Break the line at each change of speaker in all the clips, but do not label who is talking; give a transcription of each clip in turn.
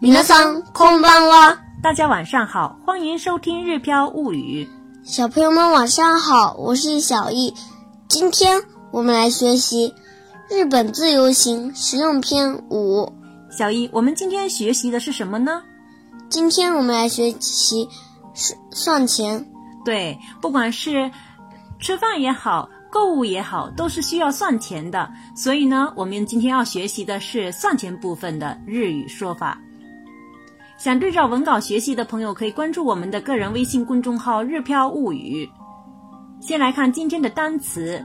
皆さんこんばんは。
大家晚上好，欢迎收听《日飘物语》。
小朋友们晚上好，我是小易。今天我们来学习《日本自由行实用篇五》。
小易，我们今天学习的是什么呢？
今天我们来学习算算钱。
对，不管是吃饭也好，购物也好，都是需要算钱的。所以呢，我们今天要学习的是算钱部分的日语说法。想对照文稿学习的朋友，可以关注我们的个人微信公众号“日飘物语”。先来看今天的单词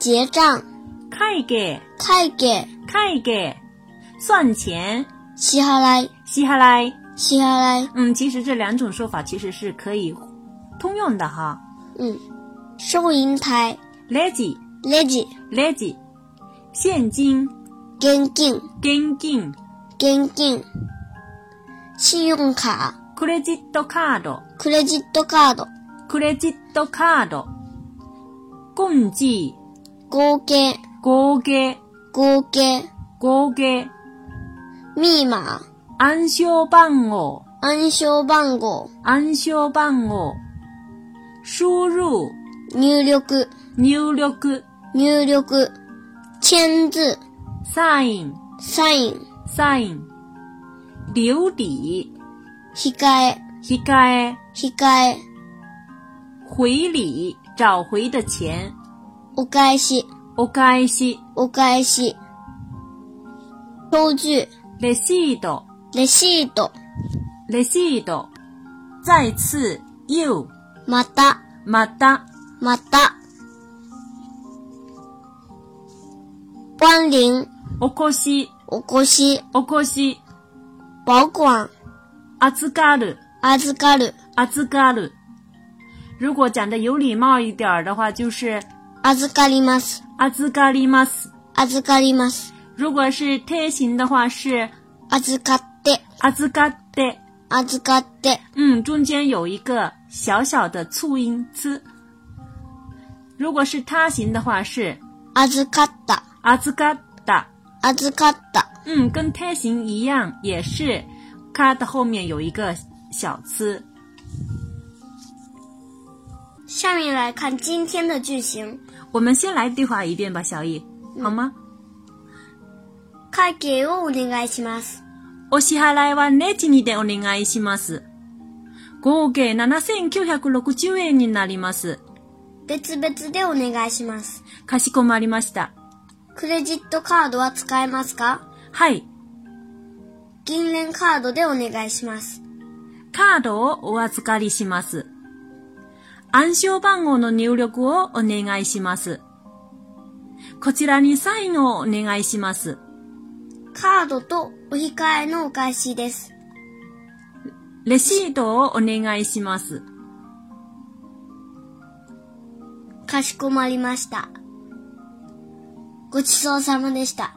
结账、
会計、
会計、
会計，算钱、
支払い、
支払い。
支払い。
嗯，其实这两种说法其实是可以通用的哈。
嗯，收银台、
レジ、
レジ、
レジ，现金、
現金、
現金、
現金、信用卡、
クレジットカード、
クレジットカード、
クレジットカード。共计、
合計、
合計、
合計、
合計。
ミーマー、
暗証番号、
暗証番号、
暗証番号。哦输入、
入力、
入力、
入力、チェンズ、
サイン、
サイン、
サイン。留底、
控え、
控え、
控え、
回礼，找回的钱。
お返し、
お返し、
お返し、標準、
レシート、
レシート、
レシート。再次、you、
また、
また、
また、关林、
おこし、
おこし、
おこし、
保管、
預かる、
預かる、
預かる。如果讲的有礼貌一点儿的话，就是
預かります、
預かります。
預かります、
如果是贴心的话是
預かって、
預かって。
預かって、
嗯，中间有一个小小的促音呲。如果是他行的话是
預かった、
預かった。
預かった、
嗯，跟胎形一样，也是咔的后面有一个小呲。
下面来看今天的句型。
我们先来对话一遍吧，小易，好吗？
会計をお願いします。
お支払いはレジにてお願いします。合計7960円になります。
別々でお願いします。
かしこまりました。
クレジットカードは使えますか
はい。
銀連カードでお願いします。
カードをお預かりします。暗証番号の入力をお願いします。こちらにサインをお願いします。
カードとお控えのお返しです。
レシートをお願いします。
かしこまりました。ごちそうさまでした。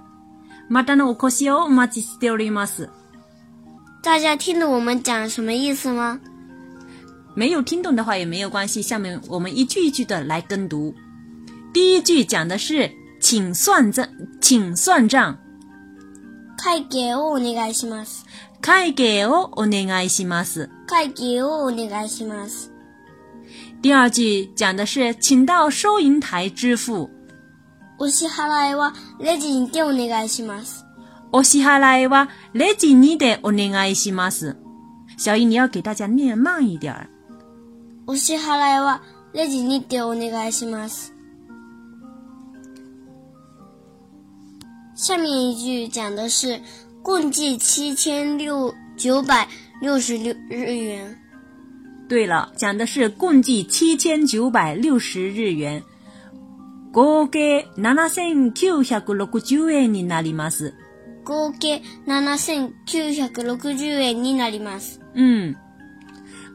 またのお越しをお待ちしております。
大家听懂我们讲什么意思吗？
没有听懂的话也没有关系，下面我们一句一句的来跟读。第一句讲的是请算账，请算账，
会計をお願いします。
会計をお願いします。
会計をお願いします。
第二句讲的是请到收银台支付。
お支払いはレジにてお願いします。
お支払いはレジにでお願いします。小姨，你要给大家念慢一点儿。
お支払いはレジにてお願いします。下面一句讲的是共计七千六九百六十六日元。
对了，讲的是共计七千九百六十日元，合計七千九百六十円になります。
合計7960円になります。
嗯，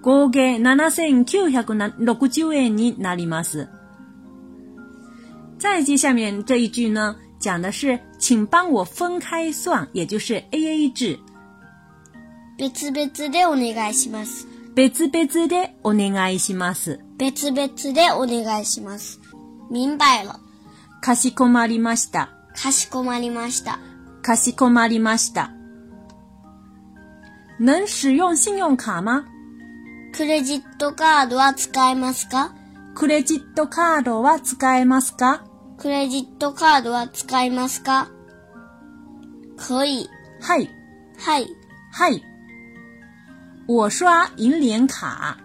合計七千九百六十円になります。再接下面这一句呢，讲的是请帮我分开算，也就是 A A 制。
別々でお願いします。
別々でお願いします。
別々でお願いします。明白了。
かしこまりました。
かしこまりました。
かしこまりました。能使用信用卡吗？
クレジットカードは使えますか
クレジットカードは使えますか
クレジットカードは使いますか可以。
はい、
はい。
はい。我刷银联卡。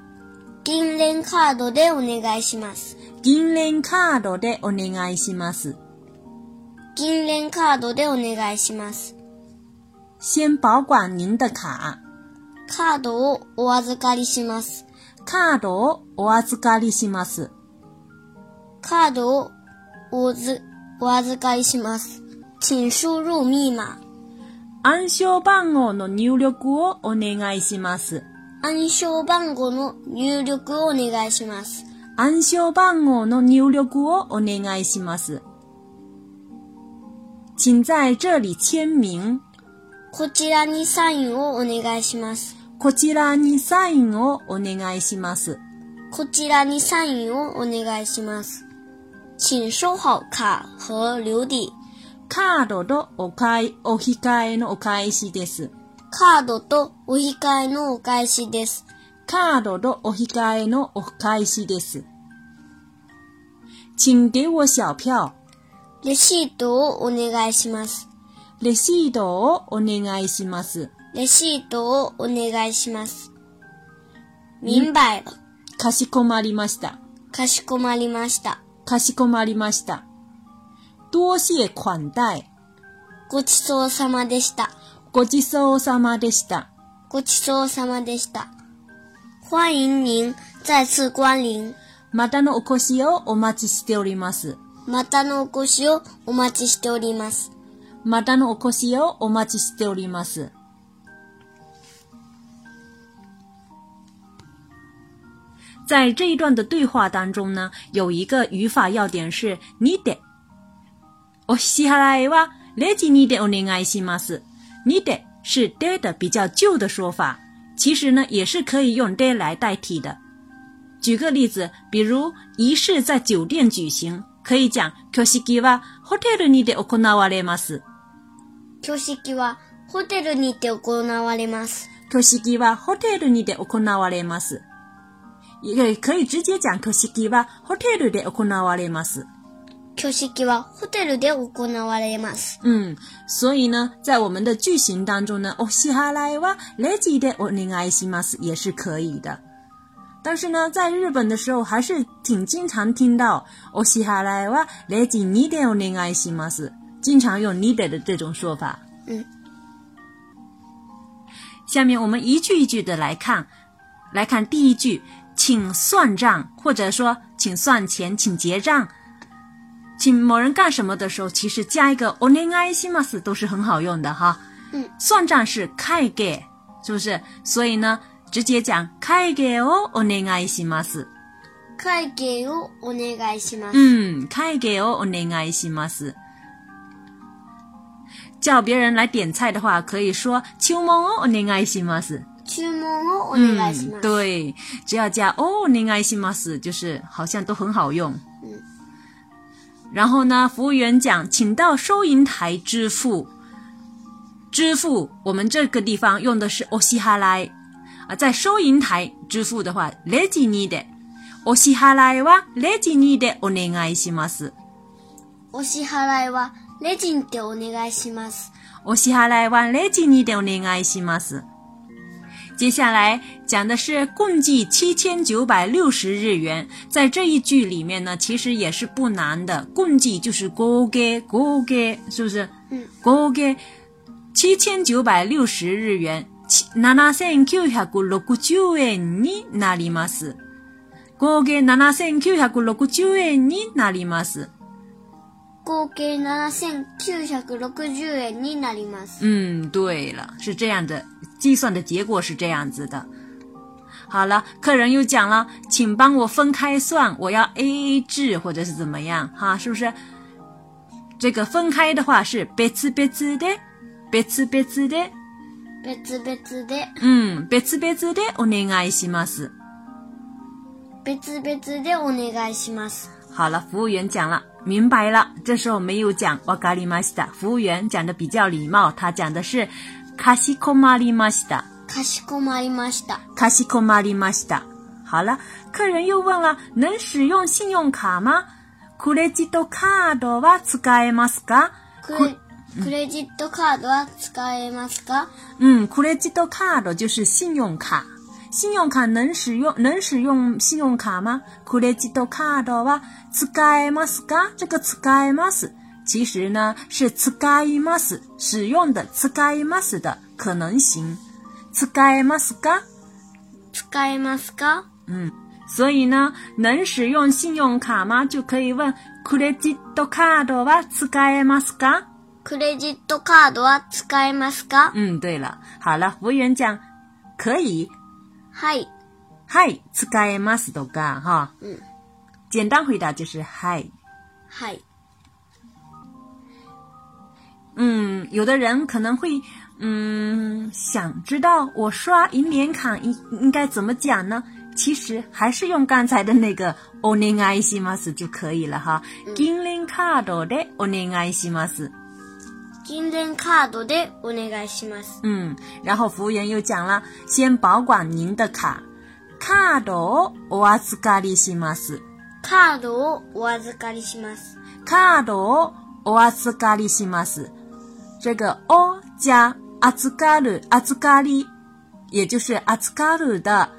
銀連カードでお願いします。
銀聯カードでお願いします。
銀連カードでお願いします。
先保管您的卡。
カードをお預かりします。
カードをお預かりします。
カードをおず、お預かりします。请输入密码。
暗証番号の入力をお願いします。
暗証番号の入力をお願いします。
暗証番号の入力をお願いします。请在这里签名。
こちらにサインをお願いします。
こちらにサインをお願いします。
こちらにサインをお願いします。请收好卡和留底。
カードとお買い、お控えのお返しです。
カードとお控えのお返しです。
カードとお控えのお返しです。请给我小票。
レシートをお願いします。
レシートをお願いします。
レシートをお願いします。明白了。
かしこまりました。
かしこまりました。
かしこまりました。多谢款待。
ごちそうさまでした。
ごちそうさまでした。
ごちそうさまでした。欢迎您再次光临。
またのお越しをお待ちしております。
またのお越しをお待ちしております。
またのお越しをお待ちしております。在这一段的对话当中呢，有一个语法要点是“にで”。お支払いはレジにでお願いします。にで是 “de” 的比较旧的说法，其实呢也是可以用 “de” 来代替的。举个例子，比如仪式在酒店举行，可以讲“挙式はホテルにで行われます”。
挙式はホテルにて行われます。
可惜的はホテルにで行われます。也可以直接讲可惜的はホテルで行われます。
挙式はホテルで行われます。
嗯，所以呢，在我们的句型当中呢，哦お支払いはレジでお願いします也是可以的。但是呢，在日本的时候还是挺经常听到哦お支払いはレジにでお願いします，经常用にで的这种说法。
嗯，
下面我们一句一句的来看，来看第一句，请算账，或者说请算钱，请结账，请某人干什么的时候，其实加一个 o n e g a i s i m a s 都是很好用的哈。
嗯，
算账是开给，是不是？所以呢，直接讲开给哦 o n e g a i s i m a s
会計をお願いします。
嗯，开给哦 o n e g a i s i m a s 叫别人来点菜的话，可以说注文哦 o n e g a i s i m a s
注文をお願いします。
嗯对，只要加哦，您爱西马斯，就是好像都很好用。
嗯。
然后呢，服务员讲，请到收银台支付。支付，我们这个地方用的是お西哈来啊，在收银台支付的话，レジにで。お支払いはレジにでお願いします。
お支払いはレジンでお願いします。
お支払いはレジにでお願いします。接下来讲的是共计七千九百六十日元，在这一句里面呢，其实也是不难的。共计就是合計，合計是不是？
嗯，
合計七千九百六十日元，七千九百六十円になります。合計七千九百六十円になります。
合計7960円になります。
嗯，对了，是这样的，计算的结果是这样子的。好了，客人又讲了，请帮我分开算，我要 A A 制或者是怎么样哈，是不是？这个分开的话是别次别次的，别次别次的，
別々で、
嗯，别次别次的，お願いします。
別々でお願いします。
好了，服务员讲了，明白了。这时候没有讲わかりました，服务员讲的比较礼貌，他讲的是かしこまりました，
かしこまりました。
かしこまりました。好了，客人又问了，能使用信用卡吗？クレジットカードは使えますか？
クレクレジットカードは使えますか
嗯，クレジットカード就是信用卡。信用卡能使用能使用信用卡吗？クレジットカードは使えますか？这个使えます其实呢是使います使用的使います的可能性。使えますか？
使えますか
所以呢，能使用信用卡吗？就可以问クレジットカードは使えますか？
クレジットカードは使えますか
嗯，对了，好了，服务员讲可以，
はい。
はい、使えますとか哈。
嗯。
简单回答就是はい。
はい。
嗯，有的人可能会嗯想知道我刷银联卡应应该怎么讲呢？其实还是用刚才的那个お願いします就可以了哈。銀聯カードでお願いします。
金銭カードでお願いします。
嗯，然后服务员又讲了，先保管您的卡。カードをお預かりします。
カードをお預かりします。
カードをお預かりします。这个お加預かる、預かり，也就是預かる的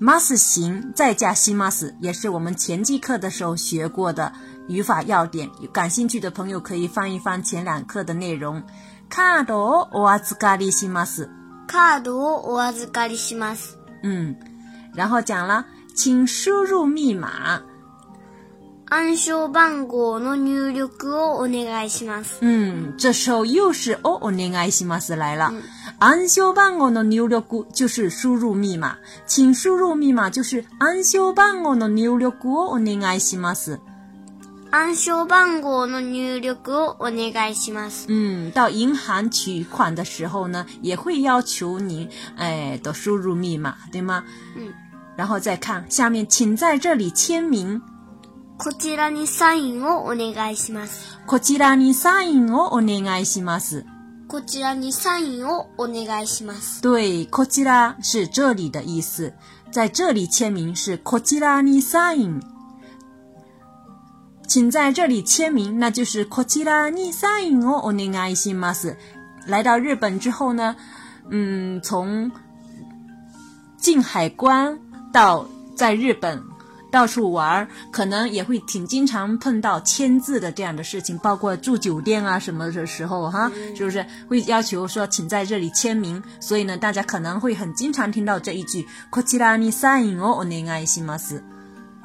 mas 形，再加します，也是我们前几课的时候学过的语法要点。感兴趣的朋友可以翻一翻前两课的内容。カードをお預かりします。
カードをお預かりします。
嗯，然后讲了，请输入密码。
暗証番号の入力をお願いします。
嗯，这时候又是哦哦恋爱します来了。暗証番号の入力就是输入密码，请输入密码就是暗証番号の入力をお願いします。
暗証番号の入力をお願いします。
嗯，到银行取款的时候呢，也会要求您哎的输入密码，对吗？
嗯。
然后再看下面，请在这里签名。
こちらにサインをお願いします。
こちらにサインをお願いします。
こちらにサインをお願いします。
对，こちら是这里的意思，在这里签名是こちらにサイン，请在这里签名，那就是こちらにサインをお願いします。来到日本之后呢，嗯，从进海关到在日本到处玩儿，可能也会挺经常碰到签字的这样的事情，包括住酒店啊什么的时候哈，是不是会要求说请在这里签名？所以呢，大家可能会很经常听到这一句“こちらにサインをお願いします”。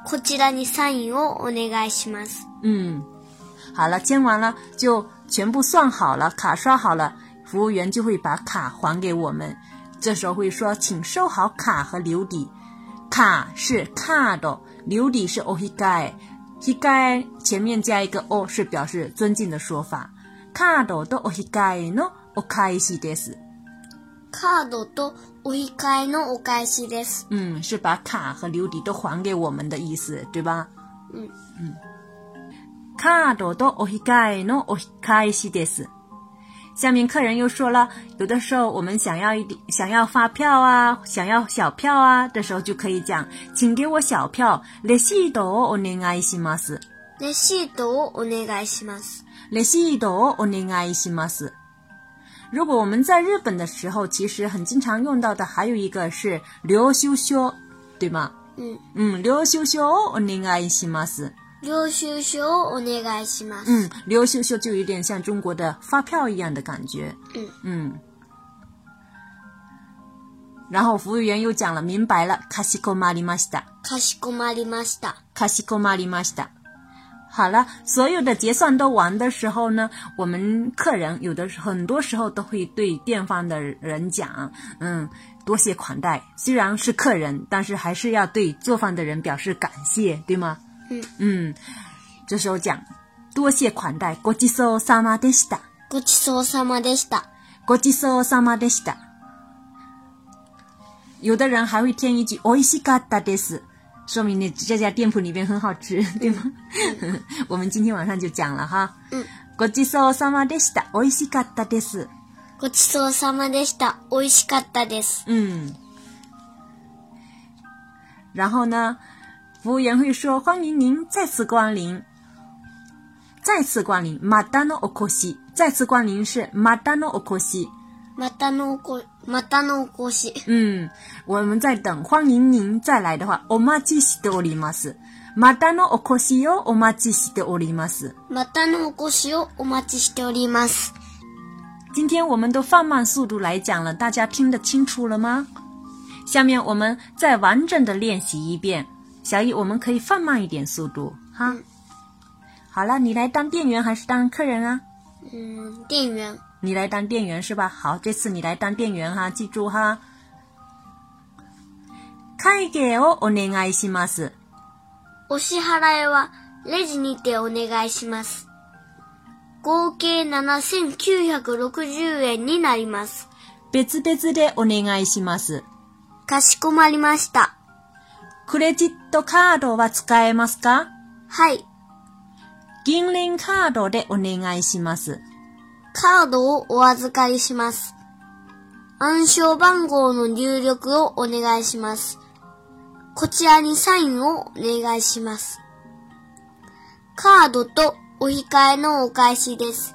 こちらにサインをお願いします。
嗯，好了，签完了就全部算好了，卡刷好了，服务员就会把卡还给我们。这时候会说，请收好卡和留底。卡是 card，留底是 o higai，higai 前面加一个 o 是表示尊敬的说法。card 的 o higai 呢お返しです。
カードとお控えのお返しです。
嗯，是把卡和留底都还给我们的意思，对吧？
嗯
嗯。卡多多おひかえのおひかえしです。下面客人又说了，有的时候我们想要一点，想要发票啊，想要小票啊，这时候就可以讲，请给我小票，レシートをお願いします。
レシートをお願いします。
レシートをお願いします。如果我们在日本的时候，其实很经常用到的还有一个是留修修，对吗？
うん。
嗯，領収書をお願いします。
領収書をお願いします。
嗯，領収書就有点像中国的发票一样的感觉。
嗯
嗯。然后服务员又讲了，明白了，かしこまりました，
かしこまりました。
かしこまりました。好了，所有的结算都完的时候呢，我们客人有的时很多时候都会对店方的人讲，嗯，多谢款待。虽然是客人，但是还是要对做饭的人表示感谢，对吗？
嗯
嗯，这时候讲，多谢款待，ごちそうさまでした，
ごちそうさまでした。
ごちそうさまでした。有的人还会添一句“美味しかったです”，说明那这家店铺里边很好吃，对吗？ 我们今天晚上就讲了哈。
嗯。
ごちそうさまでした。美味しかったです。
ごちそうさまでした。美味しかったです。
嗯，然后呢，服务员会说：“欢迎您再次光临，再次光临。”马丹诺 o k o 再次光临是马丹诺 o k o
またのおこ、またのお越し。
嗯，我们在等，欢迎您再来的话，お待ちしております。またのお越しをお待ちしております。
またのお越しをお待ちしております。
今天我们都放慢速度来讲了，大家听得清楚了吗？下面我们再完整的练习一遍。小易，我们可以放慢一点速度哈。好了，你来当店员还是当客人啊？
嗯，店员。
你来当店员是吧？好，这次你来当店员哈，记住哈。会計をお願いします。
お支払いはレジにてお願いします。合計7960円になります。
別々でお願いします。
かしこまりました。
クレジットカードは使えますか
はい。
銀輪カードでお願いします。
カードをお預かりします。暗証番号の入力をお願いします。こちらにサインをお願いします。カードとお控えのお返しです。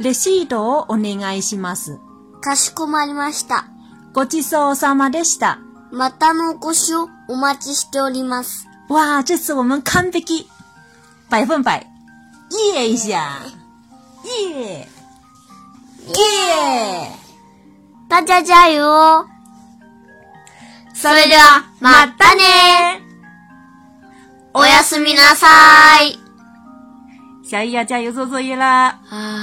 レシートをお願いします。
かしこまりました。
ごちそうさまでした。
またのお越しをお待ちしております。
哇，这次我们完璧，百分百，耶一下，耶耶！
大家加油哦！それでは、またねおやすみなさい
小易要加油做作业啦。
あー